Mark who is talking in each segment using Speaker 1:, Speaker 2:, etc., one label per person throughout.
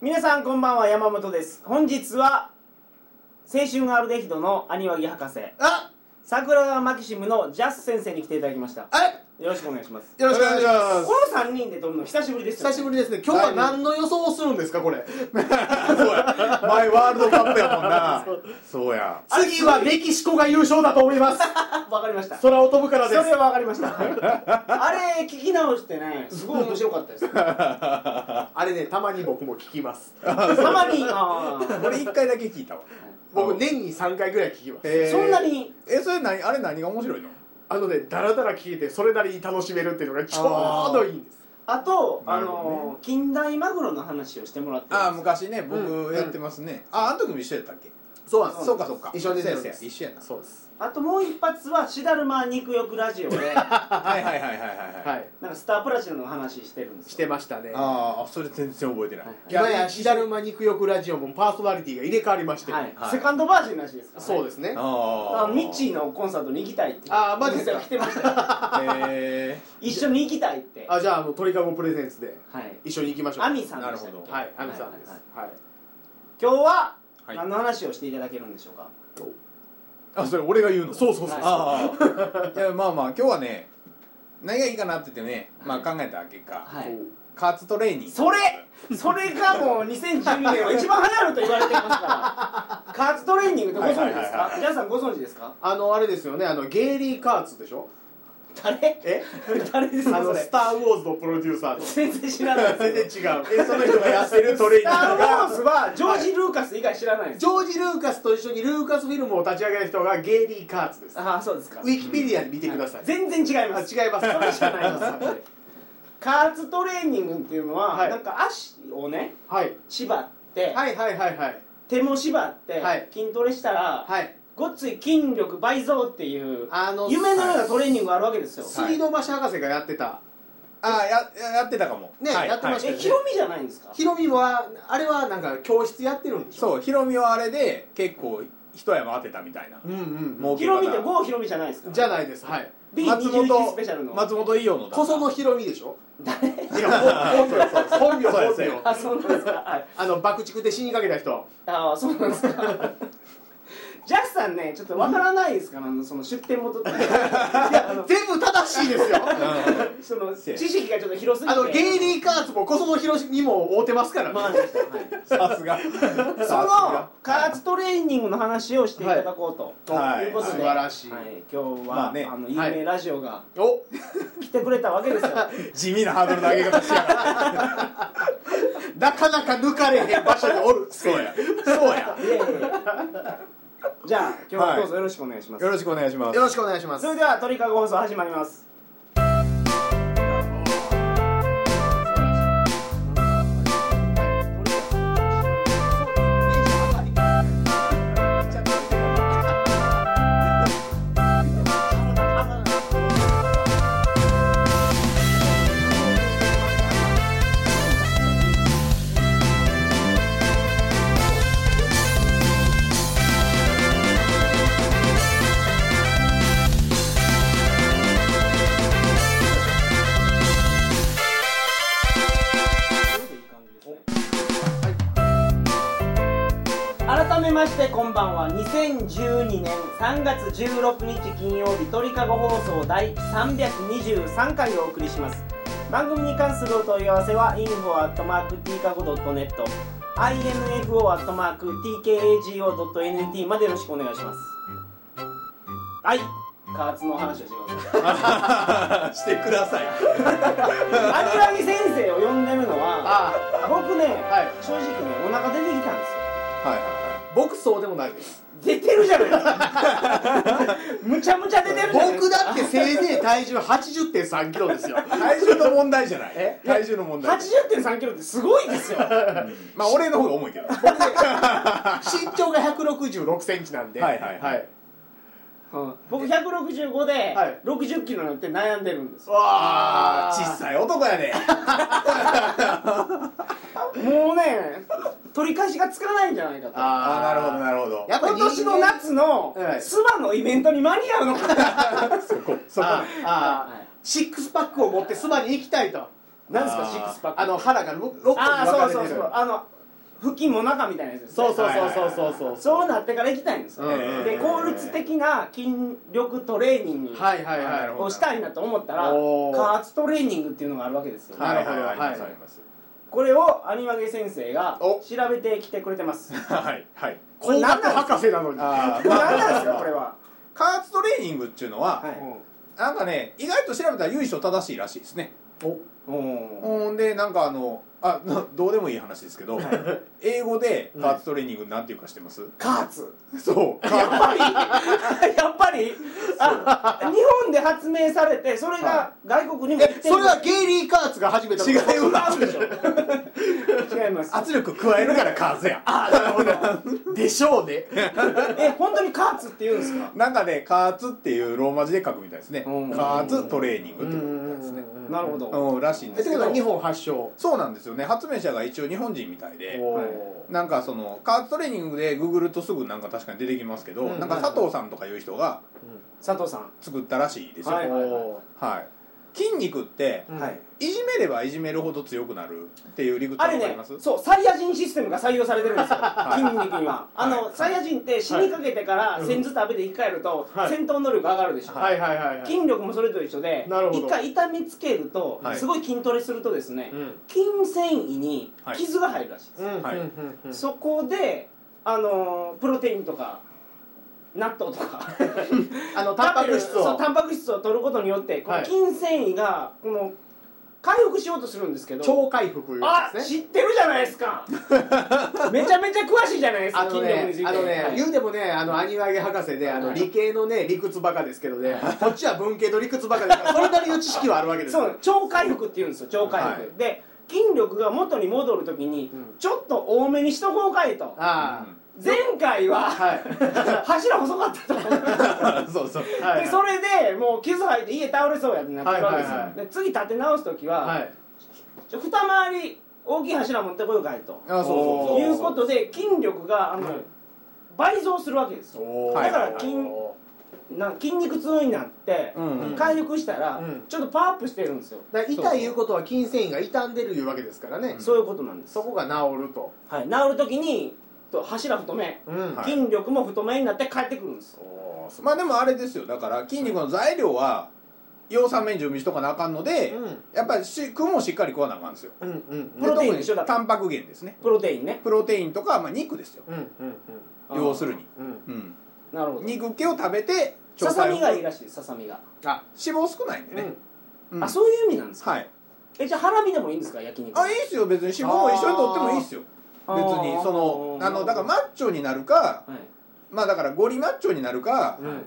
Speaker 1: 皆さんこんばんは山本です本日は青春アルデヒドの兄脇博士
Speaker 2: あ
Speaker 1: 桜川マキシムのジャス先生に来ていただきました
Speaker 2: え
Speaker 1: よろしくお願いします
Speaker 2: よろしくお願いし
Speaker 3: お願
Speaker 2: ま
Speaker 3: い
Speaker 2: す
Speaker 3: し
Speaker 1: この3人で撮るの久しぶりですよ
Speaker 2: 久
Speaker 1: ね
Speaker 2: しぶりですね今日は何の予想をするんですかこれ
Speaker 3: 前ワールドカップやもん なそうや
Speaker 2: 次はメキシコが優勝だと思います
Speaker 1: わかりましたそ
Speaker 2: 空を飛ぶからで
Speaker 1: れ
Speaker 2: す
Speaker 1: はわかりました あれ聞き直してねすごい面白かったですた
Speaker 2: あれねたまに僕も聞きます
Speaker 1: まにあ ー
Speaker 3: 俺一回だけ聞いたわ
Speaker 2: 僕
Speaker 3: うん
Speaker 2: 年に3回ぐらい聞きます
Speaker 3: えー
Speaker 1: そんなに
Speaker 3: えそれ何あれ何が面白いの
Speaker 2: あのねダラダラ聞いてそれなりに楽しめるっていうのがちょうどいいんです
Speaker 1: あとあ
Speaker 3: なるほどね
Speaker 1: の近代マグロの話をしてもらって
Speaker 3: ああ
Speaker 1: ます
Speaker 3: 昔ね
Speaker 2: う
Speaker 3: 僕
Speaker 2: ん
Speaker 3: やってますねああの時も一緒やったっけ
Speaker 2: そう
Speaker 1: なんです
Speaker 3: そうかそうか
Speaker 2: 一緒に出てるん
Speaker 3: そう
Speaker 2: で
Speaker 3: や
Speaker 2: す
Speaker 3: そうや一緒やな
Speaker 2: そうです
Speaker 1: あともう一発はしだるま肉欲ラジオで
Speaker 3: はいはいはいはいはい
Speaker 2: は
Speaker 3: はい
Speaker 2: い
Speaker 1: なんかスタープラチナの話してるんですよ
Speaker 2: してましたね
Speaker 3: ああそれ全然覚えてない
Speaker 2: 今やしだるま肉欲ラジオもパーソナリティが入れ替わりまして、
Speaker 1: はい、
Speaker 3: はい
Speaker 1: セカンドバージョンらしいですから、ね、
Speaker 2: そうですね
Speaker 3: あ
Speaker 1: あミッチーのコンサートに行きたいって
Speaker 2: あーマジですか
Speaker 1: 来てました よ
Speaker 3: へえ
Speaker 1: 一緒に行きたいっては
Speaker 2: あじゃあもう鳥かごプレゼンツで
Speaker 1: い
Speaker 2: 一緒に行きましょう
Speaker 1: アミさんでしたっ
Speaker 3: なるほ
Speaker 1: け
Speaker 3: ど
Speaker 2: はいアミさんです
Speaker 1: は
Speaker 2: はいい、
Speaker 1: 今日は
Speaker 3: はい
Speaker 1: 何の話をしていただけるんでしょうか、
Speaker 3: あそれ俺が言うの
Speaker 2: そうそうそう
Speaker 3: ああいやまあまあ今日はね何がいいかなって言ってね、まあ、考えた結果、
Speaker 1: はい
Speaker 3: 加圧トレーニング
Speaker 1: それそれがもう2012年は一番流行ると言われています から加圧トレーニングってご存知です
Speaker 3: はいはいはい
Speaker 1: か
Speaker 3: はい
Speaker 1: 皆さんご存知ですか
Speaker 2: あのあれですよねあのゲイリー・カーツでしょ
Speaker 1: 誰
Speaker 2: え
Speaker 1: 誰ですか
Speaker 2: あ
Speaker 1: そ
Speaker 2: の「ス
Speaker 1: れ
Speaker 2: ター・ウォーズ」のプロデューサー の
Speaker 1: 全然知らないですよ
Speaker 2: 全然違う
Speaker 3: えその人がやってるトレー
Speaker 1: ス
Speaker 3: ニン
Speaker 1: ター・ウ
Speaker 3: グが
Speaker 1: ォーズはジョージ・ルーカス以外知らないです
Speaker 2: ジョージ・ルーカスと一緒にルーカスフィルムを立ち上げた人がゲイリー・カーツですウ
Speaker 1: ああそうですか
Speaker 2: ィキペディアで見てください、
Speaker 1: 全然違います
Speaker 2: あ違います
Speaker 1: それしかないです加圧トレーニングっていうのは、
Speaker 2: はい
Speaker 1: なんか足をね
Speaker 2: はい、
Speaker 1: 縛って、
Speaker 2: はいはいはいはい
Speaker 1: 手も縛って、
Speaker 2: はい
Speaker 1: 筋トレしたら、
Speaker 2: はい
Speaker 1: ごっつい筋力倍増っていう
Speaker 2: あの
Speaker 1: 夢のようなトレーニングがあるわけですよ、
Speaker 2: 水道橋博士がやってた
Speaker 3: ああやややってたかも
Speaker 2: ねやってました
Speaker 1: えヒロミじゃないんですか
Speaker 2: ヒロミはあれはなんか教室やってるんでしょ
Speaker 3: そうヒロミはあれで結構一山当てたみたいな
Speaker 2: うんうん
Speaker 3: 儲
Speaker 1: ヒ
Speaker 3: け
Speaker 1: ロ
Speaker 3: 方
Speaker 1: ミって郷ヒロミじゃないですか
Speaker 2: じゃないですはい
Speaker 1: B21
Speaker 3: 松
Speaker 1: スペシャルの
Speaker 3: 本松本伊代のだ
Speaker 2: こそのヒロミでしょ
Speaker 1: 誰
Speaker 2: いや本名本名
Speaker 3: そう
Speaker 2: 本
Speaker 3: です
Speaker 2: 名
Speaker 1: あそうなんですかはい
Speaker 2: あの爆竹で死にかけた人
Speaker 1: ああそうなんですか ジャスさんねちょっとわからないですから、あのその出店元 っていやあの
Speaker 2: 全部正しいですよ
Speaker 3: う
Speaker 1: その知識がちょっと広すぎ
Speaker 2: あ
Speaker 1: て
Speaker 2: のゲイリー・カーツもこそのヒロミも会うてますからね、
Speaker 1: まあでしたはい
Speaker 3: んさすがさす
Speaker 1: その
Speaker 3: が
Speaker 1: 加圧トレーニングの話をしていただこうと、
Speaker 3: はい
Speaker 1: ということで、
Speaker 2: 素晴らしい
Speaker 1: はい今日は、
Speaker 3: ま
Speaker 1: あ
Speaker 3: あね
Speaker 1: の有名ラジオが
Speaker 2: お
Speaker 1: 来てくれたわけですよ、
Speaker 3: 地味なハードルの上げ方しやがっ
Speaker 2: なかなか抜かれへん場所におる
Speaker 3: てそうやそうや
Speaker 1: いやいやいやじゃあ今日はどうぞよろしくお願いします、
Speaker 3: よろしくお願いします
Speaker 2: よろしくお願いします
Speaker 1: それでは鳥かご放送始まります改めましてこんばんは2012年3月16日金曜日鳥かご放送第323回をお送りします番組に関するお問い合わせは info.tkago.net info.tkago.net までよろしくお願いしますはい加圧の話をしてください
Speaker 3: してくださ
Speaker 1: ア
Speaker 3: い
Speaker 1: ニラギ先生を呼んでるのは
Speaker 2: あ
Speaker 1: 僕ね、
Speaker 2: はい
Speaker 1: 正直ねお腹出てきたんですよ
Speaker 3: は
Speaker 2: 僕そうでもないです
Speaker 1: 出てるじゃないですか むちゃむちゃ出てるじゃないですか
Speaker 2: 僕だってせいぜい体重8 0 3キ ロですよ
Speaker 3: いはい体重の問題じゃない
Speaker 2: え
Speaker 3: 体重の問題
Speaker 1: 80.3キロってすごいですよ
Speaker 3: まあ俺の方が重いけど
Speaker 2: 身長が1 6 6センチなんで
Speaker 3: はいはいはい
Speaker 2: はい
Speaker 1: うん僕165で
Speaker 2: はい
Speaker 1: 60キロになって悩んでるんですよ
Speaker 2: わ
Speaker 3: あー小さい男やね
Speaker 1: もうね取り返しがつかないんじゃないか
Speaker 3: ああなるほどなるほど
Speaker 2: やっ
Speaker 1: と
Speaker 2: ぱ
Speaker 1: 今年の夏の
Speaker 2: はい
Speaker 1: スバのイベントに間に合うのかな
Speaker 3: そこそこ
Speaker 2: あーあー
Speaker 1: はい
Speaker 2: シックスパックを持ってスマに行きたいと
Speaker 1: なんですか
Speaker 3: あー
Speaker 1: シックスパック
Speaker 2: あの腹が6個に分
Speaker 1: ああ
Speaker 2: か
Speaker 1: そう
Speaker 2: れ
Speaker 1: そう
Speaker 2: て
Speaker 1: そ
Speaker 2: る
Speaker 1: うあの腹筋もなかみたいなやつです、ね、
Speaker 2: そうそうそうそうそうそう
Speaker 1: そうなってから行きたいんですよ、
Speaker 2: うんうん
Speaker 1: で効率的な筋力トレーニング
Speaker 2: はいはい
Speaker 3: なる
Speaker 2: は
Speaker 3: ほど
Speaker 1: をしたいなと思ったら
Speaker 2: おー
Speaker 1: 加圧トレーニングっていうのがあるわけですよ、
Speaker 2: はい
Speaker 3: はいはいはい
Speaker 2: はい
Speaker 3: あります
Speaker 1: これをアニマゲ先生が調
Speaker 2: お
Speaker 1: べてきてくれてます
Speaker 3: はいはい
Speaker 2: い工学博士なのに
Speaker 3: あーまあ
Speaker 1: 何なんですかこれは、
Speaker 3: 加圧トレーニングっていうの
Speaker 1: は
Speaker 3: は、
Speaker 2: う
Speaker 1: い、
Speaker 2: ん
Speaker 3: なんかね意外と調べたら由緒正しいらしいですね
Speaker 2: お
Speaker 1: おー
Speaker 3: ほんでなんかあのあ などうでもいい話ですけど、英語で加圧トレーニングなんていうか知ってます、
Speaker 1: 加圧
Speaker 3: そう加圧
Speaker 1: やっぱりあ日本で発明されてそれが外国にも行って
Speaker 2: え
Speaker 1: る
Speaker 2: それはゲイリー・カーツが始めたの
Speaker 3: 違うわ
Speaker 1: 違うでしょ違います
Speaker 3: 圧力加えるから加圧や
Speaker 2: あなるほどでしょうね
Speaker 1: え本当に加圧って言うんですか
Speaker 3: なんかね加圧っていうローマ字で書くみたいですね
Speaker 1: うん
Speaker 3: 加圧トレーニング
Speaker 2: う
Speaker 3: っていうみたいですね
Speaker 2: ん
Speaker 1: なるほど、
Speaker 3: うんらしいん
Speaker 2: え
Speaker 3: で
Speaker 2: っ
Speaker 3: す
Speaker 2: て
Speaker 3: け
Speaker 2: こと
Speaker 3: ど
Speaker 2: は日本発祥
Speaker 3: そうなんですよね発明者が一応日本人みたいで
Speaker 2: おー
Speaker 3: なんかその加圧トレーニングでグーグルとすぐなんか確かに出てきますけど、
Speaker 2: うん
Speaker 3: なんか佐藤さんとかいう人が
Speaker 1: 佐藤さん
Speaker 3: 作ったらしいですよ、
Speaker 1: はいはいはい
Speaker 3: はい筋肉って
Speaker 2: うん
Speaker 1: はい
Speaker 3: いじめればいじめるほど強くなるっていう理屈
Speaker 1: あ
Speaker 3: わか
Speaker 1: れ
Speaker 3: り
Speaker 1: ね
Speaker 3: ます、
Speaker 1: そうサイヤ人システムが採用されてるんですよ筋肉にはあの、
Speaker 3: はい
Speaker 1: サイヤ人って死にかけてから
Speaker 2: はい
Speaker 1: 先ず食べて生き返ると、
Speaker 2: はい
Speaker 1: 戦闘能力が上がるでしょ、
Speaker 2: はいはいはいはい
Speaker 1: 筋力もそれと一緒で
Speaker 2: なるほど
Speaker 1: 一回痛みつけると、
Speaker 3: はい
Speaker 1: すごい筋トレするとですね、
Speaker 2: うん
Speaker 1: 筋繊維に傷が入るらしいです、
Speaker 2: うん
Speaker 3: はい
Speaker 2: うんうんうん
Speaker 1: そこであのープロテインとか納豆とか
Speaker 2: あのタンパク質
Speaker 1: そう
Speaker 2: を
Speaker 1: タンパク質を取ることによってこ
Speaker 2: は
Speaker 1: の
Speaker 2: い
Speaker 1: 筋繊維がこの回復しようとするんですけど
Speaker 2: 超回復いうや
Speaker 1: あ
Speaker 2: つですね
Speaker 1: 知ってるじゃないです かめちゃめちゃ詳しいじゃないですか
Speaker 2: あのね
Speaker 1: 筋、
Speaker 2: あ
Speaker 1: 力
Speaker 2: の
Speaker 1: について
Speaker 2: ね、言うてもね、あの、アニワゲ博士で、あの、理系のね、理屈バカですけどね、こっちは文系の理屈バカだから、それなりの知識はあるわけです
Speaker 1: そ
Speaker 2: よ。
Speaker 1: う超回復って言うんですよ超回復、
Speaker 3: は
Speaker 1: で筋力が元に戻るときに、
Speaker 2: うん
Speaker 1: ちょっと多めにしとこうかいと
Speaker 2: あ
Speaker 1: 前回
Speaker 2: あ、
Speaker 1: は
Speaker 2: はい。
Speaker 1: 柱細かったと
Speaker 3: うん そうそう
Speaker 2: はい
Speaker 1: でそれでもう傷入って家倒れそうやってなってるわけですよ、
Speaker 2: はいはい
Speaker 1: で次立て直す時は、
Speaker 2: はい。
Speaker 1: ちょ二回り大きい柱持ってこようかいと
Speaker 3: あそうそうそう
Speaker 1: いうことで筋力があの、
Speaker 2: うん
Speaker 1: 倍増するわけですよ
Speaker 2: お
Speaker 3: ーだ
Speaker 1: から筋な筋肉痛になって、
Speaker 3: うんうん
Speaker 1: 回復したら、
Speaker 2: うん
Speaker 1: ちょっとパワーアップしてるんですよ、
Speaker 2: だから痛いいうことは筋繊維が傷んでるいうわけですからね、
Speaker 1: そういうことなんです、
Speaker 2: そこが治ると。
Speaker 1: はい、治る時にと柱太め、
Speaker 2: うん
Speaker 3: はい
Speaker 1: 筋力も太めになって帰ってくるんですよ
Speaker 3: まあでもあれですよだから筋肉の材料は養酸面準備しとかなあかんので、
Speaker 2: うん
Speaker 3: やっぱりし食うもんしっかり食わなあかんですよ
Speaker 2: うんうん
Speaker 1: プロテインでしょだって
Speaker 3: タンパク源ですね
Speaker 1: プロテインね
Speaker 3: プロテインとか、まあ、肉ですよ
Speaker 2: うんうん
Speaker 1: あー
Speaker 3: 要するに、
Speaker 2: うんうん。
Speaker 3: うん、
Speaker 1: なるほど
Speaker 3: 肉系を食べて
Speaker 1: ささみがいい
Speaker 3: ら
Speaker 1: らしいですささみが、
Speaker 2: あ、
Speaker 3: 脂肪少ないんでね、うん
Speaker 1: あそういう意味なんですか、
Speaker 3: はい
Speaker 1: えじゃあハラミでもいいんですか焼肉
Speaker 3: あいいっすよ別に脂肪を一緒に取ってもいいっすよ別にそのあのだからマッチョになる
Speaker 1: は
Speaker 3: か
Speaker 1: い
Speaker 3: まあだからゴリマッチョになるか、
Speaker 2: うん。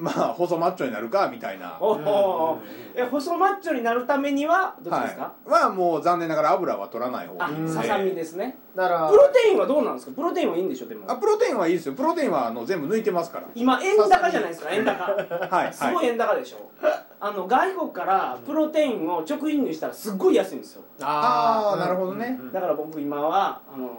Speaker 3: まあ細マッチョになるかみたいな
Speaker 1: おおえ細マッチョになるためにはどっちですか、
Speaker 3: はい、はもう残念ながら油は取らない方がいいん
Speaker 1: あ
Speaker 3: で
Speaker 1: ささみですね
Speaker 2: だから
Speaker 1: プ、ロテインはどうなんですかプロテインはいいんでしょでも
Speaker 3: あプロテインはいいですよプロテインはあの全部抜いてますから
Speaker 1: 今円高じゃないですか円高
Speaker 3: はいはい
Speaker 1: すごい円高でしょあの外国からプロテインを直輸入したらすっごい安いんですよ
Speaker 3: あーなるほどね
Speaker 1: だから僕今はあのー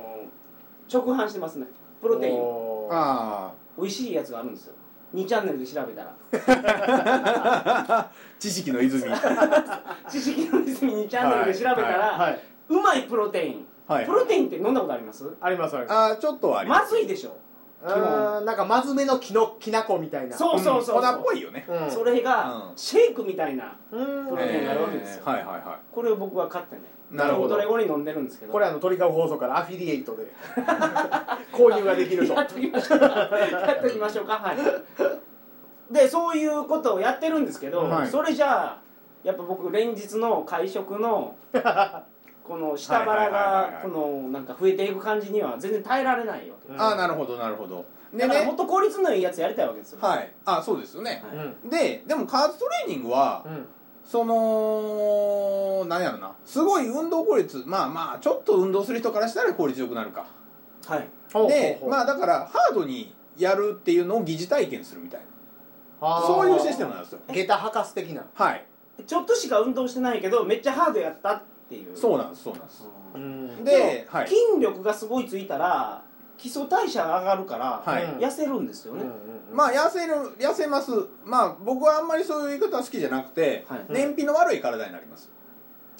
Speaker 1: 直販してますねプロテインを
Speaker 2: ン
Speaker 3: あ
Speaker 1: 美味しいやつがあるんですよ2チャンネルで調べたら
Speaker 3: あ知識 の泉は
Speaker 1: 知識の泉2チャンネルで調べたら、
Speaker 2: はい。
Speaker 1: うまいプロテイン、
Speaker 3: い
Speaker 1: プロテインって飲んだことあります
Speaker 2: ありますあります。
Speaker 3: あーちょっとはあり
Speaker 1: まずいでしょ
Speaker 2: あーなんかまずめのきのきなこみたいな
Speaker 1: そうそうそうそう、
Speaker 3: ん粉っぽいよね
Speaker 2: う、ん、
Speaker 1: それが
Speaker 3: うん
Speaker 1: シェイクみたいな
Speaker 2: うん
Speaker 1: プロテインになるわけですよ
Speaker 3: えーはいはいは
Speaker 1: これを僕は買ってね
Speaker 3: いなるほど
Speaker 1: 筋トレ後に飲んでるんですけど
Speaker 2: これあの鳥かご放送からアフィリエイ トで購入ができると
Speaker 1: やっときましょうか やっときましょうかはいでそういうことをやってるんですけど、
Speaker 3: はい
Speaker 1: それじゃあやっぱ僕連日の会食 のこの下腹
Speaker 3: はいはいはい
Speaker 1: が
Speaker 3: はい
Speaker 1: このなんか増えていく感じには全然耐えられないわけ
Speaker 2: うん
Speaker 3: ああなるほどなるほどで
Speaker 1: だからも
Speaker 3: ね
Speaker 1: っと効率のいいやつやりたいわけですよ、
Speaker 3: はいあそうですよね、
Speaker 1: は
Speaker 2: うん
Speaker 3: ででも加圧トレーニングは、
Speaker 2: うん
Speaker 3: そのなんやろなすごい運動効率まあまあちょっと運動する人からしたら効率よくなるか
Speaker 1: はい、
Speaker 2: ほう
Speaker 3: で
Speaker 2: ほうほう
Speaker 3: まあだからハードにやるっていうのを疑似体験するみたい
Speaker 2: あー
Speaker 3: なそういうシステムなんですよ
Speaker 2: 下駄博士的な
Speaker 3: はい
Speaker 1: ちょっとしか運動してないけどめっちゃハードやったっていう
Speaker 3: そうなんですそうなんです
Speaker 1: うん
Speaker 2: ん
Speaker 3: で
Speaker 1: でも
Speaker 3: はい
Speaker 1: 筋力がすごいついたら基礎代謝が上がるから、
Speaker 3: はい、
Speaker 2: うん
Speaker 1: 痩せるんですよね、
Speaker 3: まあ痩せる痩せますまあ僕はあんまりそういう言い方は好きじゃなくて、
Speaker 1: はい
Speaker 3: 燃費の悪い体になります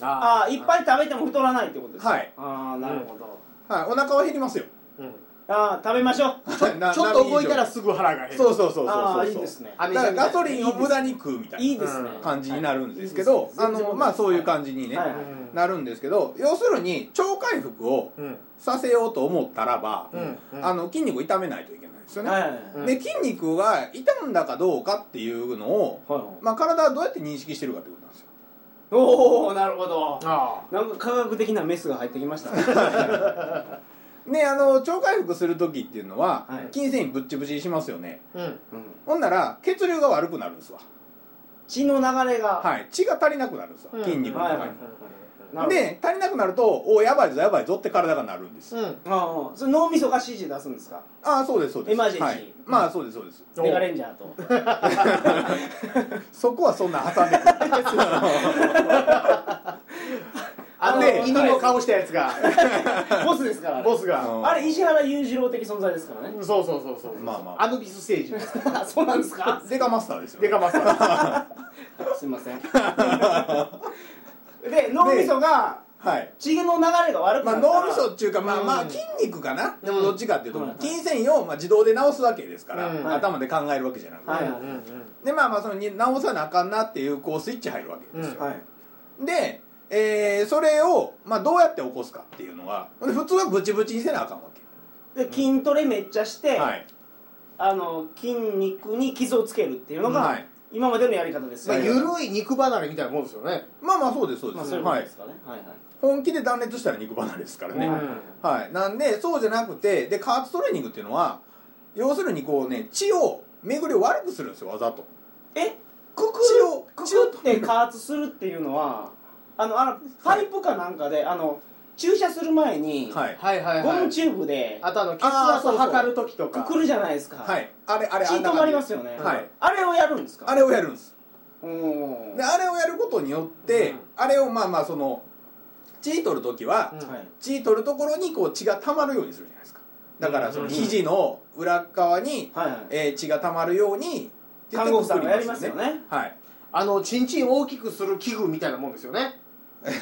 Speaker 2: あ
Speaker 1: ああいっぱい食べても太らないってことですか
Speaker 3: はい
Speaker 1: ああなるほど、
Speaker 3: はい、お腹は減りますよ
Speaker 2: うん
Speaker 1: ああ食べましょう
Speaker 3: ちょ
Speaker 2: ちょっと動いたらすぐ腹が減る
Speaker 3: そうそうそうそうそう
Speaker 1: ああいいですね
Speaker 3: だからガソリンを無駄に食うみたいない
Speaker 1: いですね、
Speaker 2: うん
Speaker 3: 感じになるんですけど、
Speaker 1: はい
Speaker 3: あのまあそういう感じにね、
Speaker 1: はい
Speaker 2: うん
Speaker 3: なるんですけど要するに超回復を
Speaker 2: うん
Speaker 3: させようと思ったらば、
Speaker 2: うんうん
Speaker 3: あの筋肉を痛めないといけないんですよね、
Speaker 1: はいはい
Speaker 2: うん
Speaker 3: で筋肉が痛んだかどうかっていうのを、
Speaker 1: はい
Speaker 3: まあ、体はどうやって認識してるかということなんですよ
Speaker 1: おおなるほど
Speaker 2: あ
Speaker 1: なんか科学的なメスが入ってきましたね
Speaker 3: ねあの超回復する時っていうのは、
Speaker 1: はい
Speaker 3: 筋繊維ぶっちぶちにしますよね
Speaker 2: あうん
Speaker 1: うん
Speaker 3: ほんなら血流が悪くなるんですわ、
Speaker 1: 血の流れが
Speaker 3: はい、血が足りなくなるんですわ、筋肉の
Speaker 1: はい
Speaker 3: 中
Speaker 1: はい
Speaker 3: に、
Speaker 1: なるほど
Speaker 3: で足りなくなるとおやばいぞやばいぞって体がなるんです、
Speaker 2: うんうん
Speaker 1: ああそれ脳みそが指示出すんですか
Speaker 3: ああそうですそうです
Speaker 1: エマージェンシー
Speaker 3: はいまあそうですそうです
Speaker 2: お
Speaker 1: メガレンジャー と
Speaker 3: そこはそんな挟んでくる
Speaker 2: あの
Speaker 1: で
Speaker 2: ね犬の顔したやつが
Speaker 1: ボスですから
Speaker 2: ボスが
Speaker 3: うん
Speaker 1: あれ石原裕次郎的存在です からね
Speaker 2: うんそうそうそうそう
Speaker 3: まあまあ
Speaker 2: アヌビス星人ですか ら
Speaker 1: そうなんですか
Speaker 3: デカマスターですよね
Speaker 2: デカマスター
Speaker 1: すいませんで脳みそが
Speaker 3: はい
Speaker 1: 血の流れが悪く
Speaker 3: ま
Speaker 1: なっ
Speaker 3: あ、
Speaker 1: たら、
Speaker 3: 脳みそっていうか、まあ、ま
Speaker 2: う
Speaker 3: あ
Speaker 2: ん
Speaker 3: 筋肉かな、で
Speaker 2: う
Speaker 3: も
Speaker 2: ん
Speaker 3: どっちかっていうと、
Speaker 1: はいはい
Speaker 3: 筋繊維をまあ自動で治すわけですから、
Speaker 2: うん
Speaker 3: 頭で考えるわけじゃなくて、
Speaker 1: はい
Speaker 2: うんうん
Speaker 3: でまあまあそのに治さなあかんなっていうこうスイッチ入るわけですよ、
Speaker 1: はい
Speaker 3: で、えーそれを、まあ、どうやって起こすかっていうのがほんで普通はブチブチにせなあかんわ
Speaker 1: で筋トレめっちゃして、
Speaker 3: け、はい
Speaker 1: あの筋肉に傷をつけるっていうのが、
Speaker 3: はい
Speaker 1: 今までのやり方です
Speaker 2: ま
Speaker 1: よ
Speaker 2: あ
Speaker 1: ね、
Speaker 2: 緩い肉離れみたいなもんですよね
Speaker 3: まあまあそうですそう
Speaker 1: ま
Speaker 3: で
Speaker 1: あ
Speaker 3: す、
Speaker 1: そういうこ
Speaker 3: は
Speaker 1: と
Speaker 3: い
Speaker 1: ですかね、はいはい
Speaker 3: 本気で断裂したら肉離れですからね、
Speaker 2: うん
Speaker 3: はい、なんでそうじゃなくてで加圧トレーニングっていうのは要するにこうね血を巡りを悪くするんですよわざと
Speaker 1: え
Speaker 3: くく
Speaker 1: 血
Speaker 3: 血
Speaker 1: を
Speaker 3: を
Speaker 1: く
Speaker 3: 血を
Speaker 1: くって加圧するっていうのはあのあのパイプかなんかで、あの注射する前に、
Speaker 3: はい
Speaker 2: はいはい
Speaker 1: ゴ
Speaker 2: は
Speaker 1: ム
Speaker 2: い
Speaker 1: チューブで
Speaker 2: あとあの血
Speaker 3: あー
Speaker 2: 圧
Speaker 3: そう
Speaker 2: を
Speaker 3: そう
Speaker 2: 測る時と
Speaker 1: く
Speaker 2: か
Speaker 1: くるじゃないですか、
Speaker 3: はいあれあれ
Speaker 1: 血
Speaker 3: あんな
Speaker 1: 止
Speaker 3: 感じ
Speaker 1: まりますよね、
Speaker 3: はい
Speaker 1: あれをやるんですか
Speaker 3: あれをやるんです
Speaker 1: おー
Speaker 3: であれをやることによって、
Speaker 2: うん
Speaker 3: あれをまあまあその血取る時は、
Speaker 2: うん
Speaker 1: はい
Speaker 3: 血取るところにこう血が溜まるようにするじゃないですかだからその
Speaker 2: うん
Speaker 3: 肘の裏側に、
Speaker 1: はいはい
Speaker 3: えー血が溜まるようにって言っ
Speaker 1: 看
Speaker 3: て
Speaker 1: 護婦さんがやりますよね
Speaker 3: はい
Speaker 2: あのチンチン大きくする器具みたいなもんです よね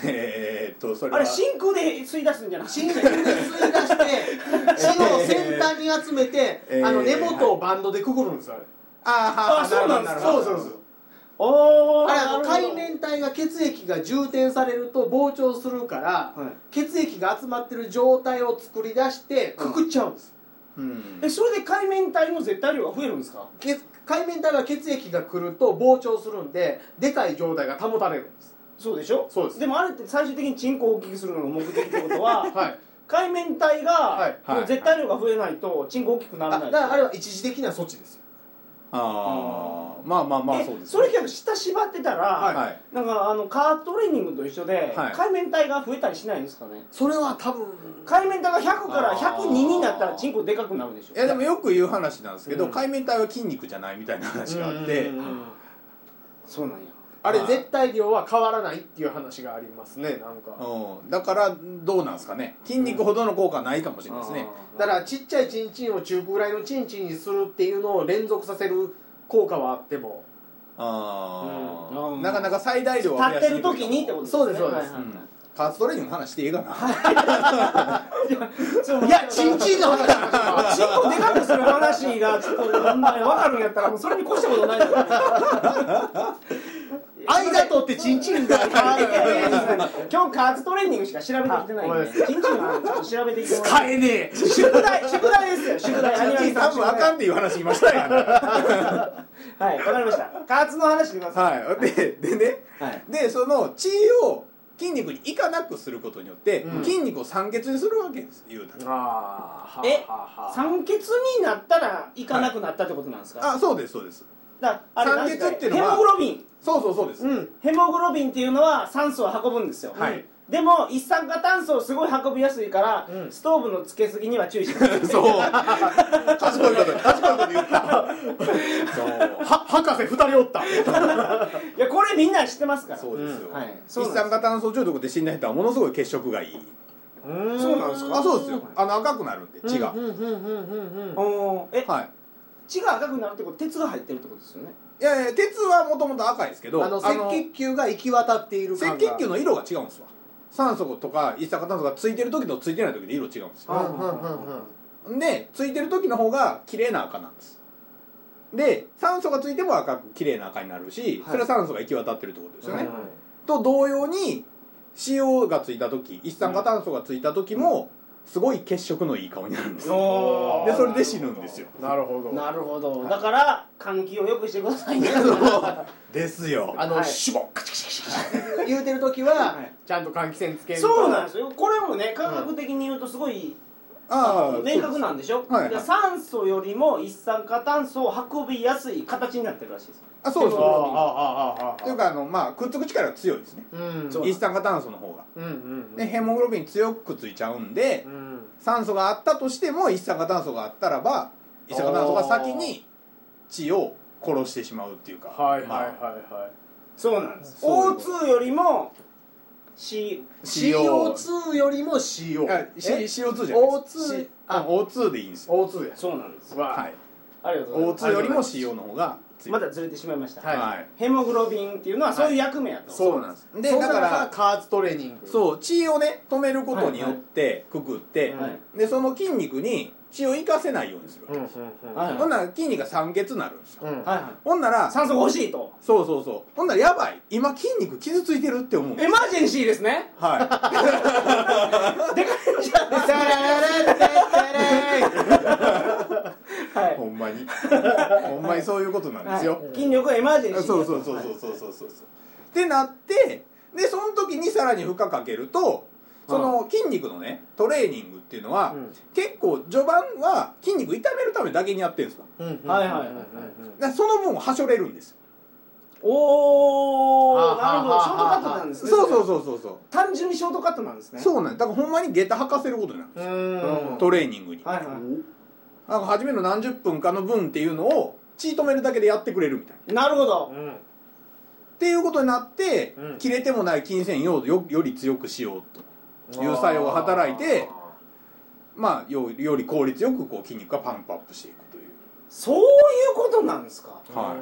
Speaker 3: えーっとそれ
Speaker 1: あ
Speaker 3: は
Speaker 1: れ真空で吸い出すんじゃない
Speaker 2: チンチンで吸い出して 血を先端に集めて
Speaker 3: えー
Speaker 2: あの根元をバンドでくぐるんですよあれ
Speaker 3: あーはーはー
Speaker 1: あそうなんです
Speaker 3: るほ
Speaker 2: そ
Speaker 3: ど
Speaker 2: うそうそう
Speaker 1: おお
Speaker 2: あれあの海綿体が血液が充填されると膨張するから、
Speaker 1: はい
Speaker 2: 血液が集まってる状態を作り出してくくっちゃうんです、
Speaker 3: うん
Speaker 1: えそれで海綿体の絶対量が増えるんですか
Speaker 2: 血海綿体が血液が来ると膨張するんででかい状態が保たれるんです
Speaker 1: そうでしょ
Speaker 2: そうです
Speaker 1: でもあれって最終的にチンコを大きくするのが目的ってことは
Speaker 2: はい
Speaker 1: 海綿体が
Speaker 2: い
Speaker 3: はい
Speaker 1: もう絶対量が増えないとチンコ大きくな
Speaker 2: あ
Speaker 1: ら
Speaker 2: だ
Speaker 1: ない
Speaker 2: からあれは一時的な措置ですよ
Speaker 3: ああまあまあまあ
Speaker 1: え
Speaker 3: そうです
Speaker 1: それ結構下縛ってたら、
Speaker 3: はい
Speaker 1: なんかあのカートレーニングと一緒で、
Speaker 3: はい
Speaker 1: 海綿体が増えたりしないんですかね
Speaker 2: それは多分
Speaker 1: 海綿体が100から
Speaker 3: あー
Speaker 1: 102になったらチンコでかくなるでしょ
Speaker 3: いやでもよく言う話なんですけど、
Speaker 2: うん
Speaker 3: 海綿体は筋肉じゃないみたいな話があって、
Speaker 2: うんうんうん
Speaker 1: そうなんや
Speaker 2: あれ絶対量は変わらないっていう話がありますねなんか、
Speaker 3: うん、だからどうなんですかね筋肉ほどの効果はないかもしれないですね、
Speaker 2: だからちっちゃいチンチンを中ぐらいのチンチンにするっていうのを連続させる効果はあっても
Speaker 3: あー
Speaker 1: うん
Speaker 3: なかなか最大量は
Speaker 1: 立ってる時にってことですね
Speaker 2: そうですそうです
Speaker 1: はいはいはい
Speaker 3: 加圧トレーニングの話していいかな、
Speaker 1: そう
Speaker 2: いやチンチンの話しましょう か
Speaker 1: チンコでかくする話がちょっとほんまに分かるんやったらもうそれに越したことないですよね
Speaker 2: 間取ってチンチンが変わる
Speaker 1: 今日加圧トレーニングしか調べてきてないん
Speaker 2: あごめん
Speaker 1: で
Speaker 2: な
Speaker 1: チンチンの話ちょっと調べてきてもらっ
Speaker 2: 変えね
Speaker 1: て宿題宿題ですよ宿題アニマルさん
Speaker 3: 多
Speaker 1: 宿
Speaker 3: 分
Speaker 1: 題
Speaker 3: あかんっていう話言いましたや んは
Speaker 1: はいわかりました加圧の話してくださ
Speaker 3: いででね
Speaker 1: いはい
Speaker 3: でその血を筋肉にいかなくすることによって、
Speaker 2: うん
Speaker 3: 筋肉を酸欠にするわけです言うたら
Speaker 2: あ
Speaker 1: え
Speaker 2: あ
Speaker 1: 酸欠になったらいかなくなったってことなんですか、
Speaker 3: あそうですそうです
Speaker 1: だからあれなん
Speaker 3: 酸欠っていうのは
Speaker 1: ヘモグロビン
Speaker 3: そうそうそうです、
Speaker 2: うん
Speaker 1: ヘモグロビンっていうのは酸素を運ぶんですよ、
Speaker 3: はい
Speaker 1: でも一酸化炭素をすごい運びやすいから、
Speaker 2: うん
Speaker 1: ストーブのつけすぎには注意してください
Speaker 3: そう 賢いこと賢いこと言ったそう
Speaker 2: は博士二人おった
Speaker 1: いやこれみんな知ってますから
Speaker 3: そうですよ、
Speaker 1: うんはい
Speaker 3: 一酸化炭素中毒で死んだ人はものすごい血色がいい
Speaker 2: そう
Speaker 3: あそうですよあの赤くなるんで血が、
Speaker 2: うんうんうんうんうん
Speaker 1: おーえ、
Speaker 3: はい
Speaker 1: 血が赤くなるってこと鉄が入ってるってことですよね
Speaker 3: いやいや鉄はもともと赤いですけど
Speaker 2: あの赤血球が行き渡っている
Speaker 3: 赤血球の色が違うんですわ酸素とか一酸化炭素がついてる時とついてない時で色違うんですよ
Speaker 1: あ
Speaker 3: でついてる時の方が綺麗な赤なんですで酸素がついても赤く綺麗な赤になるし、
Speaker 2: はい
Speaker 3: それは酸素が行き渡ってるってことですよね、
Speaker 1: はい
Speaker 3: と同様に CO がついた時一酸化炭素がついた時も、すごい血色のいい顔になるんですよ
Speaker 1: お
Speaker 3: でそれで死ぬんですよ
Speaker 2: なるほど
Speaker 1: なるほどだから換気をよくしてくださいね
Speaker 3: ですよ
Speaker 2: あの、
Speaker 1: はい
Speaker 2: シュボッカチカチカチカチ言うてる時は、
Speaker 1: はい
Speaker 2: ちゃんと換気扇つける
Speaker 1: そうなんですよこれもね科学的に言うとすごい
Speaker 3: ああ
Speaker 1: 明確なんでしょ、
Speaker 3: はいはい
Speaker 1: で酸素よりも一酸化炭素を運びやすい形になってるらしいです
Speaker 3: あそう
Speaker 2: あ
Speaker 3: そ
Speaker 2: あ
Speaker 3: うそう
Speaker 2: あああああ
Speaker 3: というかあのまあくっつく力が強いですね
Speaker 2: うん
Speaker 1: そう
Speaker 3: 一酸化炭素の方が
Speaker 2: うんうん
Speaker 3: でヘモグロビン強くくっついちゃうんで
Speaker 2: うん
Speaker 3: 酸素があったとしても一酸化炭素があったらば一酸化炭素が先に血を殺してしまうっていうか
Speaker 2: はいはいはい
Speaker 3: まあ
Speaker 2: は
Speaker 1: そうなんです
Speaker 3: そういうこと
Speaker 1: O2 よりも C
Speaker 2: い
Speaker 3: CO
Speaker 2: CO2 よりも CO
Speaker 3: あし
Speaker 2: え
Speaker 3: CO2 じゃないです
Speaker 2: O2
Speaker 3: し
Speaker 2: あ
Speaker 3: O2 でいいんですよ
Speaker 2: O2 です
Speaker 1: そうなんです
Speaker 2: わ
Speaker 3: はい
Speaker 1: ありがとうございます
Speaker 3: O2 よりも CO の方が強い
Speaker 1: まだずれてしまいました、
Speaker 2: はい
Speaker 3: はい
Speaker 1: ヘモグロビンっていうのはそういう役目やと、
Speaker 2: そうなんです
Speaker 3: で
Speaker 2: そこ
Speaker 3: だから
Speaker 2: が加圧トレーニング
Speaker 3: そう血をね止めることによってくくって
Speaker 2: はい
Speaker 3: でその筋肉に血を生かせないようにする
Speaker 2: うんうんうん
Speaker 1: はい
Speaker 3: ほんなら筋肉が酸欠になるんですよ
Speaker 2: うん
Speaker 1: はいはい
Speaker 3: ほんなら
Speaker 1: 酸素が欲しいと
Speaker 3: そうそうそうほんならやばい今筋肉傷ついてるって思う
Speaker 1: エマージェンシーですね
Speaker 3: は
Speaker 1: でかいじゃん
Speaker 2: タララタラーン
Speaker 1: はいい
Speaker 3: ほんまに ほんまにそういうことなんですよ、
Speaker 1: はい筋力がエマージェンシー
Speaker 3: あ
Speaker 1: だと
Speaker 3: そうそうそうそうそうそうそうってなってでその時にさらに負荷かけるとその筋肉のねトレーニングっていうのは、
Speaker 2: うん
Speaker 3: 結構序盤は筋肉痛めるためだけにやってるんですよ
Speaker 2: うんうん
Speaker 1: はいはいはいはい
Speaker 3: だからその分はしょれるんですよ
Speaker 1: おお
Speaker 2: は
Speaker 1: な
Speaker 2: あ
Speaker 1: るほど
Speaker 2: はあ
Speaker 1: ショートカットなんですね
Speaker 3: そうそう
Speaker 1: う
Speaker 3: そうそうそう、
Speaker 1: 単純にショートカットなんですね
Speaker 3: そうなんですだからほんまに下駄履かせることになるんで
Speaker 2: う
Speaker 3: すよ、
Speaker 2: ん
Speaker 3: トレーニングに、
Speaker 1: はいは
Speaker 3: なんか初めの何十分かの分っていうのを血止めるだけでやってくれるみたいな
Speaker 1: な
Speaker 3: い
Speaker 1: るほど
Speaker 2: うん
Speaker 3: っていうことになって、
Speaker 2: うん
Speaker 3: 切れてもない筋繊維をよより強くしようという作用が働いてまあよより効率よくこう筋肉がパンプアップしていくという、
Speaker 1: そういうことなんですか
Speaker 3: はい、
Speaker 2: い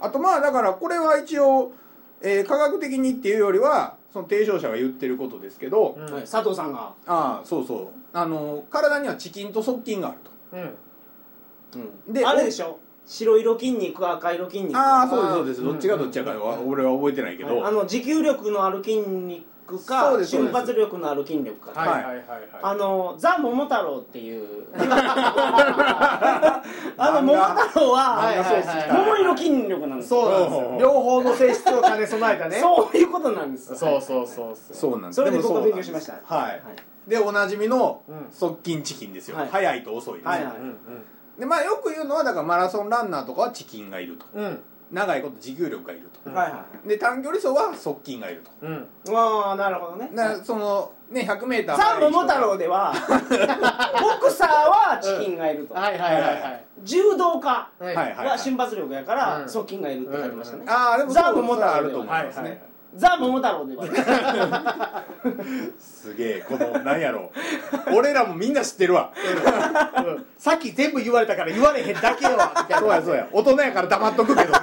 Speaker 3: あとまあだからこれは一応、えー科学的にっていうよりはその提唱者が言ってることですけど、
Speaker 1: はい佐藤さんが
Speaker 3: ああそうそうあの体にはチキンと側筋がある
Speaker 2: うん
Speaker 3: と、で
Speaker 1: あれでしょ白色筋肉赤色筋肉
Speaker 3: ああそう
Speaker 2: あー
Speaker 3: ですそうですどっちがどっちやかは俺は覚えてないけど、
Speaker 1: はいあの持久力のある筋肉か
Speaker 3: そうですそう
Speaker 1: 瞬
Speaker 3: です
Speaker 1: 発力のある筋力か、
Speaker 2: はいはいはいは
Speaker 1: あのザ・桃太郎っていうあの
Speaker 3: 漫
Speaker 1: 桃
Speaker 3: 画
Speaker 1: 太郎は、
Speaker 2: はいはいはいはい
Speaker 1: 桃色の筋力なんで
Speaker 2: い
Speaker 1: すよ
Speaker 2: そうなんです
Speaker 3: おうおうお
Speaker 2: よ
Speaker 3: う
Speaker 2: 両方の性質を兼ね備えた ね
Speaker 1: そういうことなんです
Speaker 2: そうそうそう
Speaker 3: そううなんです
Speaker 1: それで
Speaker 3: も
Speaker 1: 僕は
Speaker 3: そう
Speaker 1: 勉
Speaker 3: なん
Speaker 1: 強
Speaker 3: で
Speaker 1: し
Speaker 3: す
Speaker 1: ましたは
Speaker 3: はい
Speaker 1: い、
Speaker 3: でおなじみの
Speaker 2: うん
Speaker 3: 側筋チキンですよ、
Speaker 1: はい
Speaker 3: 速いと遅いです、
Speaker 1: はい
Speaker 2: うん
Speaker 1: はい
Speaker 3: でまあよく言うのはだからマラソンランナーとかはチキンがいると
Speaker 2: うんうん
Speaker 3: 長いこと持久力がいる
Speaker 2: う
Speaker 3: と
Speaker 2: ん
Speaker 1: はいは
Speaker 3: で短距離走は側筋がいると
Speaker 2: うん
Speaker 1: いああなるほどね
Speaker 3: なそのね 100m
Speaker 1: ザ・桃太郎ではボクサーはチキンがいると、
Speaker 2: はいはいはいはい
Speaker 1: 柔道家
Speaker 2: はい
Speaker 3: はいはい
Speaker 1: は瞬発力やから、
Speaker 2: うん
Speaker 1: 側筋がいるって書いてましたね、
Speaker 3: ああでも
Speaker 1: ザ
Speaker 3: そう
Speaker 1: 桃太郎
Speaker 3: そうあると思い
Speaker 2: はい
Speaker 3: ます
Speaker 2: は
Speaker 3: ね、
Speaker 2: い
Speaker 1: ザ・桃太郎では
Speaker 3: すげえこのなんやろう俺らもみんな知ってるわ
Speaker 2: うんさっき全部言われたから言われへん だけはみたい
Speaker 3: そうや
Speaker 2: な
Speaker 3: そうや大人やから黙っとくけどな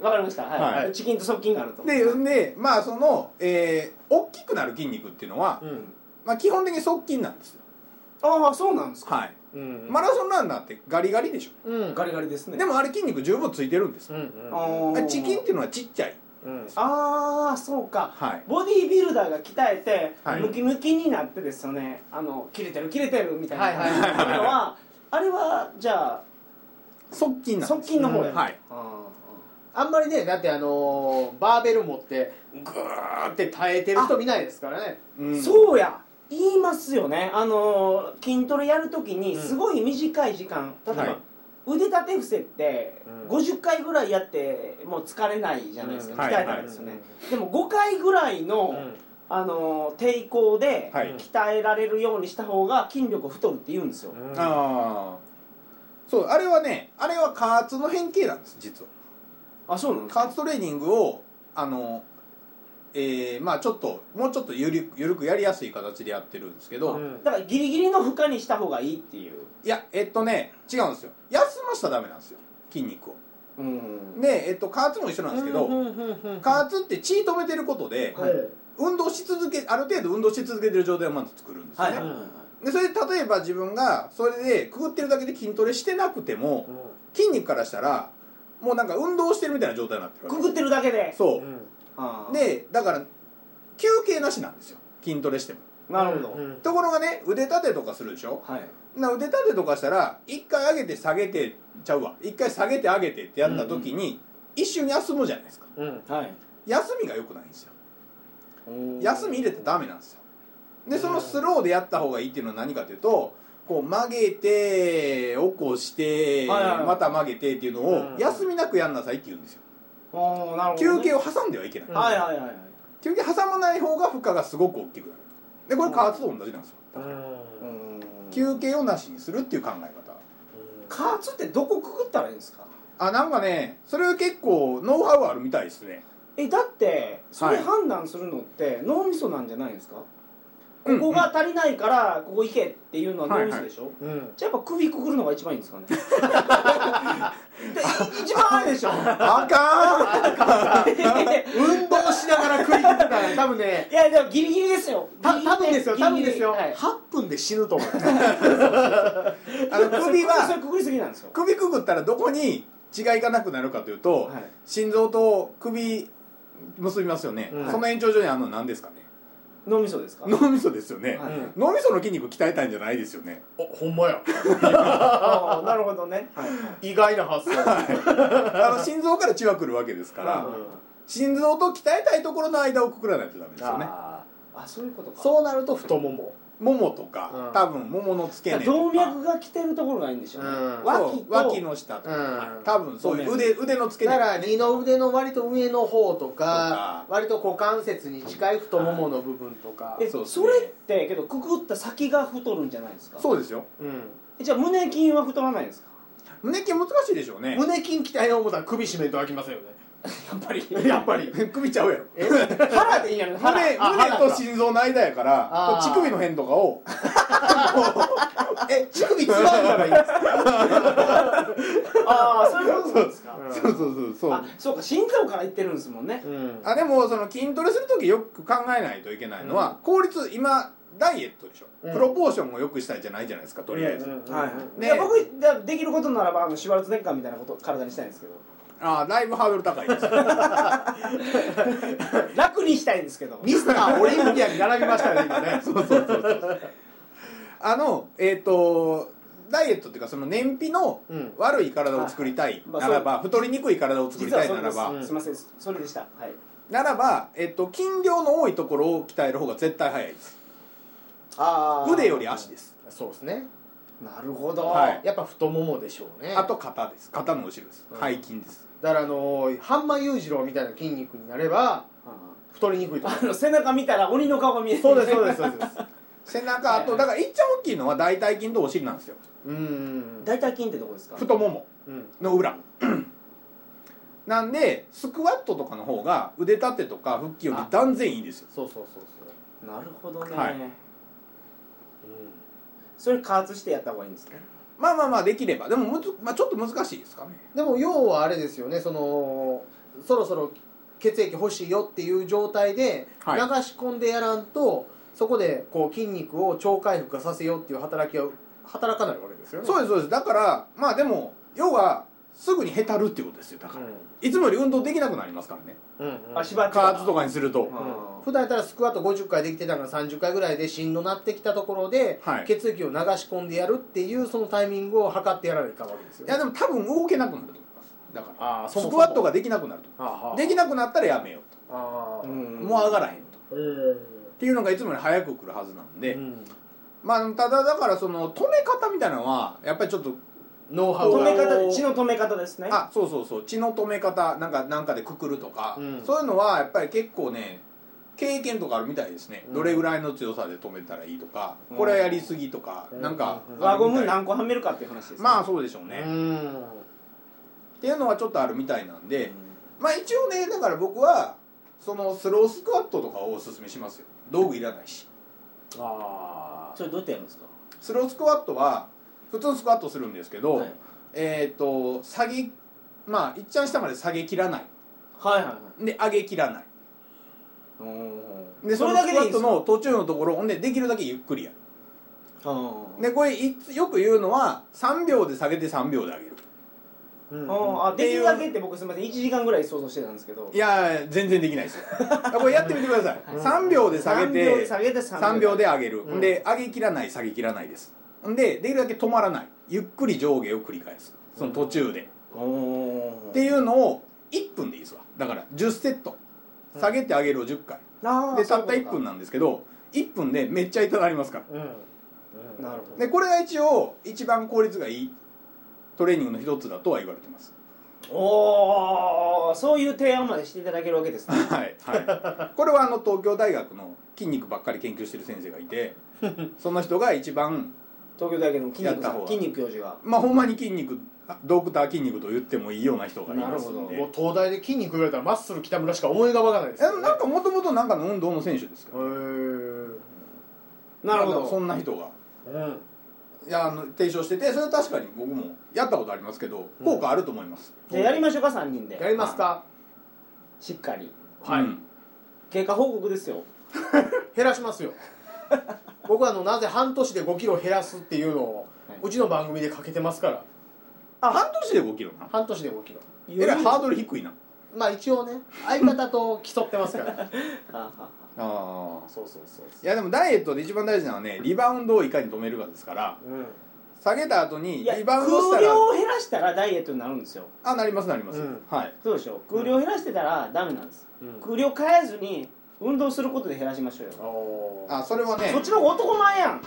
Speaker 1: わかりました、はい
Speaker 3: はい
Speaker 1: チキンと側筋があると
Speaker 3: ででまあその、えー、大きくなる筋肉っていうのは、
Speaker 2: うん
Speaker 3: まあ、基本的に側筋なんですよ
Speaker 1: ああそうなんですか
Speaker 3: はい
Speaker 2: うん
Speaker 3: マラソンランナーってガリガリでしょ
Speaker 2: うん
Speaker 1: ガリガリですね
Speaker 3: でもあれ筋肉十分ついてるんです
Speaker 2: う
Speaker 3: よ
Speaker 2: ん
Speaker 1: あー
Speaker 3: チキンっていうのはちっちゃい
Speaker 2: うん
Speaker 1: ああそうか
Speaker 3: はい
Speaker 1: ボディービルダーが鍛えて、
Speaker 3: はい
Speaker 1: ムキムキになってですよねあの切れてる切れてるみたいな
Speaker 2: はいはいはい
Speaker 1: のはあれはじゃ
Speaker 3: 側筋なん
Speaker 1: あ
Speaker 3: です
Speaker 1: 側筋の方や、
Speaker 2: うん
Speaker 3: はい
Speaker 1: あ
Speaker 2: あんまりねだってあのーバーベル持ってグーって耐えてる人見ないですからね
Speaker 1: ー
Speaker 3: うん
Speaker 1: そうや言いますよねあのー筋トレやるときに
Speaker 2: うん
Speaker 1: すごい短い時間、例えば、
Speaker 3: はい
Speaker 1: 腕立て伏せって
Speaker 2: うん
Speaker 1: 50回ぐらいやってもう疲れないじゃないですか、
Speaker 3: うん
Speaker 1: 鍛えたらですよね、でも5回ぐらいの、あのー抵抗で
Speaker 3: はい
Speaker 1: 鍛えられるようにした方が筋力太るって言うんですよ、
Speaker 2: あ
Speaker 3: ああそうあれはねあれは加圧の変形なんです実は
Speaker 1: あそうなんですか
Speaker 3: 加圧トレーニングをあのえー、まあちょっともうちょっとゆるゆるくやりやすい形でやってるんですけど、
Speaker 2: うん
Speaker 1: だからギリギリの負荷にした方がいいっていう
Speaker 3: いやえっとね違うんですよ休ませたらダメなんですよ筋肉を
Speaker 1: うん
Speaker 3: で、えっと、加圧も一緒なんですけど、加圧って血止めてることで、
Speaker 1: はい
Speaker 3: 運動し続けある程度運動し続けてる状態をまず作るんですね、
Speaker 1: はいはいはい
Speaker 3: でそれで例えば自分がそれでくぐってるだけで筋トレしてなくても筋肉からしたらもうなんか運動してるみたいな状態になってるわ
Speaker 1: くぐってるだけ
Speaker 3: け
Speaker 1: で
Speaker 3: そうう
Speaker 1: で
Speaker 3: でだから休憩なしなんですよ筋トレしても
Speaker 1: なるほど
Speaker 4: うん
Speaker 3: ところがね腕立てとかするでしょ
Speaker 1: はい
Speaker 3: な腕立てとかしたら一回上げて下げてちゃうわ一回下げて上げてってやった時に、一瞬休むじゃないですか
Speaker 4: うん
Speaker 1: はい
Speaker 3: 休みが良くないんですよ休み入れてダメなんですよでその
Speaker 4: うん
Speaker 3: スローでやった方がいいっていうのは何かというとこう曲げて起こして、
Speaker 1: はいはいはい
Speaker 3: また曲げてっていうの
Speaker 4: う
Speaker 3: を
Speaker 4: ん
Speaker 3: 休みなくやんなさいって言うんですよ
Speaker 1: おーなるほどね
Speaker 3: 休憩を挟んではいけない、
Speaker 4: うん
Speaker 1: はいはいはいはい
Speaker 3: 休憩挟まない方が負荷がすごく大きくなるでこれ加圧と同じなんですよ
Speaker 4: うん
Speaker 3: 休憩をなしにするっていう考え方
Speaker 1: 加圧ってどこくぐったらいいんですか
Speaker 3: あなんかねそれは結構ノウハウあるみたいですね
Speaker 1: えだってそれ
Speaker 3: はい
Speaker 1: 判断するのって脳みそなんじゃないんですか、
Speaker 3: うん
Speaker 1: ここが足りないからここ行けっていうのは脳みそでしょ、
Speaker 4: うん
Speaker 1: じゃあやっぱ首くぐるのが一番いいんですかね で一番あれでしょ
Speaker 3: あかん
Speaker 2: 運動しながら食い切ってたら多分ね
Speaker 1: いやでもギリギリですよ
Speaker 2: た多分ですよ
Speaker 1: ギリ
Speaker 2: 多
Speaker 1: ギ
Speaker 2: 分
Speaker 1: リ
Speaker 2: ですよ、
Speaker 1: はい
Speaker 2: 8分で死ぬと思う
Speaker 3: あの 首
Speaker 1: それ
Speaker 3: は
Speaker 1: くぐりすぎなんですよ
Speaker 3: 首くぐったらどこに違いがなくなるかというと、
Speaker 1: はい
Speaker 3: 心臓と首結びますよね、
Speaker 4: うん
Speaker 3: その延長上にあるのは何ですかね
Speaker 1: 脳みそですか
Speaker 3: 脳みそですよね、
Speaker 1: は
Speaker 4: う
Speaker 1: い
Speaker 4: ん
Speaker 3: 脳みその筋肉鍛えたいんじゃないですよね
Speaker 4: おほんまや
Speaker 1: ああなるほどね、はい
Speaker 4: 意外な発想
Speaker 3: あの心臓から血は来るわけですから、
Speaker 1: うん
Speaker 3: 心臓と鍛えたいところの間をくくらないとダメですよね
Speaker 4: あ
Speaker 1: あそういうこと
Speaker 4: ー
Speaker 1: か
Speaker 4: そうなると太もも
Speaker 3: ももとか、
Speaker 4: うん
Speaker 3: 多分ももの付け根とか
Speaker 1: 動脈が来てるところがいいんでしょうね、
Speaker 4: うん
Speaker 1: 脇と
Speaker 3: 脇脇の下とか、
Speaker 4: ん
Speaker 3: 多分そういう
Speaker 1: そうね
Speaker 3: 腕腕の付け
Speaker 2: だ
Speaker 3: 根
Speaker 2: から二の腕の割と上の方とか
Speaker 3: とか
Speaker 2: 割と股関節に近い太ももの部分とか
Speaker 1: え
Speaker 3: そう
Speaker 1: そ
Speaker 3: っすね
Speaker 1: れってけどくぐった先が太るんじゃないですか
Speaker 3: そうですよ
Speaker 4: うん
Speaker 1: えじゃあ胸筋は太らないんですか
Speaker 3: 胸筋難しいでしょうね
Speaker 2: 胸筋鍛えよう思ったら首絞めんとあきませんよねやっぱりやっぱり
Speaker 3: 首ちゃうやろ
Speaker 2: 腹でいいんやろ腹
Speaker 3: 胸
Speaker 2: あ
Speaker 3: 胸
Speaker 2: 腹
Speaker 3: と心臓の間やから
Speaker 2: あー
Speaker 3: 乳首の辺とかを
Speaker 2: え乳首つまんだらいいんですか
Speaker 1: ああそういうことなんですか
Speaker 4: うん
Speaker 3: そうそうそうそう
Speaker 1: あそうか心臓からいってるんですもんね
Speaker 4: うん
Speaker 3: あでもその筋トレする時よく考えないといけないのは、効率今ダイエットでしょ、
Speaker 4: うん
Speaker 3: プロポーションを良くしたいじゃないじゃないですかとりあえず、
Speaker 4: うんうん
Speaker 1: はい
Speaker 3: ね
Speaker 1: いや僕だできることならばあのシュワルツェネッカーみたいなこと体にしたいんですけ ど
Speaker 3: ああだいぶハードル 高いです
Speaker 1: 楽にしたいんですけど
Speaker 2: ミスターオリンピアに並びましたね今ね
Speaker 3: そうそうそうそうあのえっ、とダイエットっていうかその燃費の
Speaker 4: うん
Speaker 3: 悪い体を作りたい
Speaker 1: まあ
Speaker 3: ならば、太りにくい体を作り
Speaker 1: 実
Speaker 3: た
Speaker 1: はいそ
Speaker 3: な
Speaker 1: れ
Speaker 3: ら
Speaker 1: です、
Speaker 3: ば、
Speaker 4: うん
Speaker 1: すいませんそれでしたはい
Speaker 3: ならば、えっと、筋量の多いところを鍛える方が絶対早いです
Speaker 2: あー
Speaker 3: 腕より足です
Speaker 4: そうですね
Speaker 1: なるほど、
Speaker 3: はい
Speaker 4: やっぱ太ももでしょうね
Speaker 3: あと肩です肩の後ろです
Speaker 4: うん
Speaker 3: 背筋です
Speaker 2: だからあのー半間裕次郎みたいな筋肉になれば
Speaker 1: うん
Speaker 2: 太りにくいと思
Speaker 1: あの背中見たら鬼の顔が見える
Speaker 2: うそう ですそうですそうです
Speaker 3: 背中あとだから一番大きいのは大腿筋とお尻なんですよ
Speaker 2: うー ん
Speaker 1: 大体筋ってどこですか
Speaker 3: 太もも
Speaker 4: うん
Speaker 3: の裏 なんでスクワットとかの方が腕立てとか腹筋より断然いいんですよ
Speaker 4: そうそうそうそう
Speaker 1: なるほどね、
Speaker 3: はい
Speaker 4: うん
Speaker 1: それ加圧してやった方がいいんですね
Speaker 3: まあまあまあできればでもむず、まあ、ちょっと難しいですかね
Speaker 2: でも要はあれですよねそのそろそろ血液欲しいよっていう状態で流
Speaker 3: はい
Speaker 2: し込んでやらんと、そこでこう筋肉を超回復させようっていう働きは働かないわけですよね
Speaker 3: そうですそうですだからまあでも要はすぐにへたるっていうことですよだから、いつもより運動できなくなりますからね
Speaker 4: うんうん
Speaker 1: あ芝
Speaker 3: 加圧とかにすると、
Speaker 1: うん
Speaker 2: 普段やったらスクワット50回できてたから30回ぐらいでしんどなってきたところで、
Speaker 3: はい
Speaker 2: 血液を流し込んでやるっていうそのタイミングを測ってやらないかんわけですよ
Speaker 3: い
Speaker 2: ね
Speaker 3: やでも多分動けなくなると思いますだから
Speaker 4: あーそもそも
Speaker 3: スクワットができなくなると
Speaker 4: はあはあ
Speaker 3: できなくなったらやめようと、
Speaker 4: ああ
Speaker 1: うん
Speaker 3: もう上がらへん
Speaker 4: う
Speaker 3: と
Speaker 4: ん
Speaker 3: っていうのがいつもより早く来るはずなんで、
Speaker 4: うん
Speaker 3: まあただだからその止め方みたいなのはやっぱりちょっと
Speaker 2: ノウハウ
Speaker 1: 止
Speaker 2: が
Speaker 1: め方血の止め方ですね
Speaker 3: あそうそうそう血の止め方なんかなんかでくくるとか、
Speaker 4: うん
Speaker 3: そういうのはやっぱり結構ね経験とかあるみたいですね、
Speaker 4: うん
Speaker 3: どれぐらいの強さで止めたらいいとか、
Speaker 1: うん
Speaker 3: これはやりすぎとか、
Speaker 4: うん
Speaker 3: なんか
Speaker 4: うん
Speaker 1: 輪ゴム
Speaker 3: あるみ
Speaker 1: 何個はめるかっていう話です、
Speaker 3: たいまあそうでしょうね、
Speaker 4: う
Speaker 3: っ
Speaker 4: ん
Speaker 3: ていうのはちょっとあるみたいなん
Speaker 1: う
Speaker 3: で、
Speaker 1: ん
Speaker 3: まあ一応ねだから僕はそのスロースクワットとかをおすすめしますよ道具いらないし
Speaker 4: ああ
Speaker 1: それどうやってやるんですか
Speaker 3: スロースクワットは普通のスクワットするんですけど、
Speaker 1: はい
Speaker 3: えっ、と下げまあいっちゃん下まで下げきらない
Speaker 1: はいはい
Speaker 3: で上げきらない
Speaker 1: はい
Speaker 3: でそれだけでいい
Speaker 1: ん
Speaker 3: スクワットの途中のところほんでできるだけゆっくりやる
Speaker 1: うん
Speaker 3: でこれいつよく言うのは3秒で下げて3秒で上げる
Speaker 1: うんあできるだけって僕すみません1時間ぐらい想像してたんですけど
Speaker 3: いやー全然できない ですよこれやってみてください3秒で下げ
Speaker 1: 3秒で
Speaker 3: て
Speaker 1: 下げて
Speaker 3: 3秒で上げる、
Speaker 1: うん
Speaker 3: で上げきらない下げきらないですでできるだけ止まらないゆっくり上下を繰り返すその途中で、
Speaker 1: お
Speaker 3: っていうのを1分でいいですわだから10セット下げて上げるを10回、
Speaker 1: あー
Speaker 3: でたった
Speaker 1: そういう
Speaker 3: 1
Speaker 1: こと
Speaker 3: 分なんですけど1分でめっちゃ痛なりますから
Speaker 4: うん
Speaker 1: かなるほど
Speaker 3: でこれが一応一番効率がいいトレーニングの一つだとは言われてます
Speaker 1: おーそういう提案までしていただけるわけですね
Speaker 3: はい、はい、これはあの東京大学の筋肉ばっかり研究してる先生がいてその人が一番
Speaker 1: 東京大学の筋
Speaker 3: やっ
Speaker 1: 肉
Speaker 3: た
Speaker 1: さ
Speaker 3: 方
Speaker 1: ん
Speaker 3: が
Speaker 1: 筋肉教授が
Speaker 3: まあほんまに筋肉ドクター筋肉と言ってもいいような人がいますん
Speaker 1: な
Speaker 3: で
Speaker 1: る
Speaker 4: もう東大で筋肉言われたらマッスル北村しか思い浮かばないですよ
Speaker 3: え
Speaker 4: ね
Speaker 3: なんかもともとなんかの運動の選手ですか
Speaker 4: へー
Speaker 1: なるほ
Speaker 3: んかそ
Speaker 1: ど
Speaker 3: んな人が
Speaker 4: うん
Speaker 3: いやあの提唱しててそれは確かに僕もやったことありますけど効果あると思います、
Speaker 1: じゃあやりましょうか3人
Speaker 2: や
Speaker 1: で
Speaker 2: りますか
Speaker 1: しっかり
Speaker 4: はい
Speaker 3: うん
Speaker 1: 経過報告ですよ
Speaker 4: 減らしますよ
Speaker 2: 僕はあのなぜ半年で5キロ減らすっていうのを
Speaker 1: はいう
Speaker 2: ちの番組でかけてますから
Speaker 3: 半年で5キロな
Speaker 2: 半年で5キロ
Speaker 3: えらいハードル低いな
Speaker 2: まあ一応ね相方と競ってますから
Speaker 1: はあはあは
Speaker 3: あ
Speaker 2: そうそうそう
Speaker 3: いやでもダイエットで一番大事なのはねリバウンドをいかに止めるかですから
Speaker 4: うん
Speaker 3: 下げた後に
Speaker 1: いや
Speaker 3: リバウンドした
Speaker 1: 空
Speaker 3: ら
Speaker 1: 量を減らしたらダイエットになるんですよ
Speaker 3: あなりますなります、
Speaker 4: うん
Speaker 3: はい
Speaker 1: そうでしょ空量を減らしてたらダメなんです
Speaker 4: うん
Speaker 1: 空量を変えずに運動することで減らしましょうよ
Speaker 4: おー
Speaker 3: あそれはね
Speaker 1: そっちの方が男前やん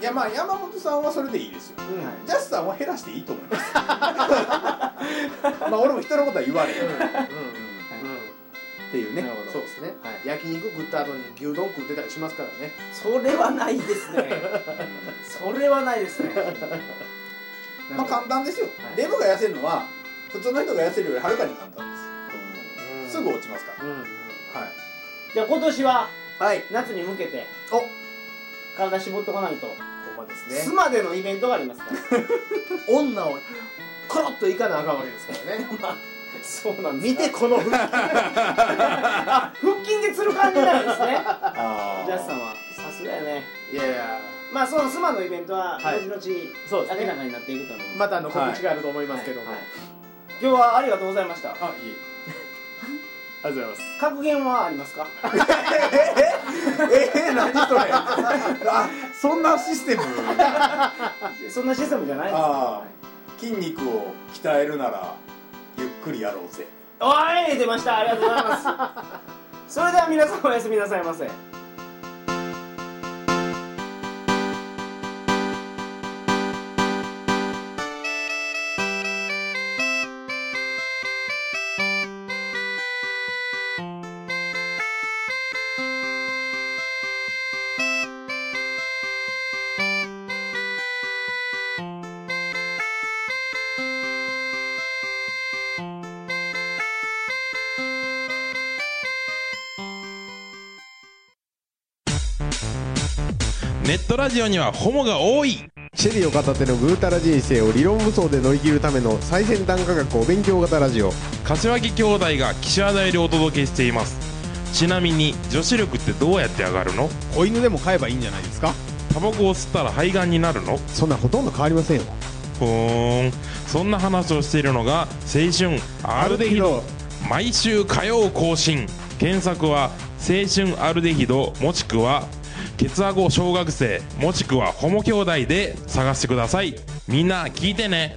Speaker 3: いやまあ山本さんはそれでいいですよ
Speaker 4: うん
Speaker 1: はい
Speaker 3: ジャスさんは減らしていいと思いま すまあ俺も人のことは言われへん、うんっていうね
Speaker 1: なるほど
Speaker 2: そうですね、
Speaker 1: はい
Speaker 2: 焼肉食った後に牛丼食ってたりしますからね
Speaker 1: それはないですねそれはないですね
Speaker 3: うんまあ簡単ですよ、
Speaker 1: はい
Speaker 3: デブが痩せるのは普通の人が痩せるよりはるかに簡単です、すぐ落ちますか
Speaker 4: うん
Speaker 3: ら、
Speaker 1: じゃあ今年は
Speaker 2: はい
Speaker 1: 夏に向けて
Speaker 2: お
Speaker 1: 体絞っとかないと
Speaker 2: ほんまです
Speaker 1: 須
Speaker 2: ね
Speaker 1: までのイベントがありますから
Speaker 2: 女をコロッといかなあかんわけですからね
Speaker 1: そうなん
Speaker 2: 見
Speaker 1: 見て
Speaker 2: てこの腹筋
Speaker 1: 腹筋でつる感じなんですね
Speaker 3: はい、
Speaker 1: ジャスさん
Speaker 3: ん
Speaker 1: はさすがやね
Speaker 2: いやいや
Speaker 1: まあその須磨のイベントは後
Speaker 2: はい
Speaker 1: 々
Speaker 2: そうですね
Speaker 1: 明らかになっていくと思います
Speaker 2: またあの告知があると思いますけども、
Speaker 1: はいはい今日はありがとうございました
Speaker 3: あいい
Speaker 2: ありがとうございます
Speaker 1: 格言はありますか
Speaker 3: ええ何 それあそんなシステム
Speaker 1: そんなシステムじゃないです
Speaker 3: あー筋肉を鍛えるならゆっくりやろうぜ
Speaker 1: はいおい出ましたありがとうございますそれでは皆さんおやすみなさいませ
Speaker 5: ネットラジオにはホモが多い
Speaker 6: シェリーを片手のぐうたら人生を理論武装で乗り切るための最先端科学お勉強型ラジオ
Speaker 5: 柏木兄弟が岸和田よりお届けしていますちなみに女子力ってどうやって上がるの
Speaker 6: 子犬でも飼えばいいんじゃないですか
Speaker 5: タバコを吸ったら肺がんになるの
Speaker 6: そんなんほとんど変わりませんよ
Speaker 5: ふーんそんな話をしているのが青春アルデヒド毎週火曜更新検索は青春アルデヒドもしくはケツアゴ小学生もしくはホモ兄弟で探してくださいみんな聞いてね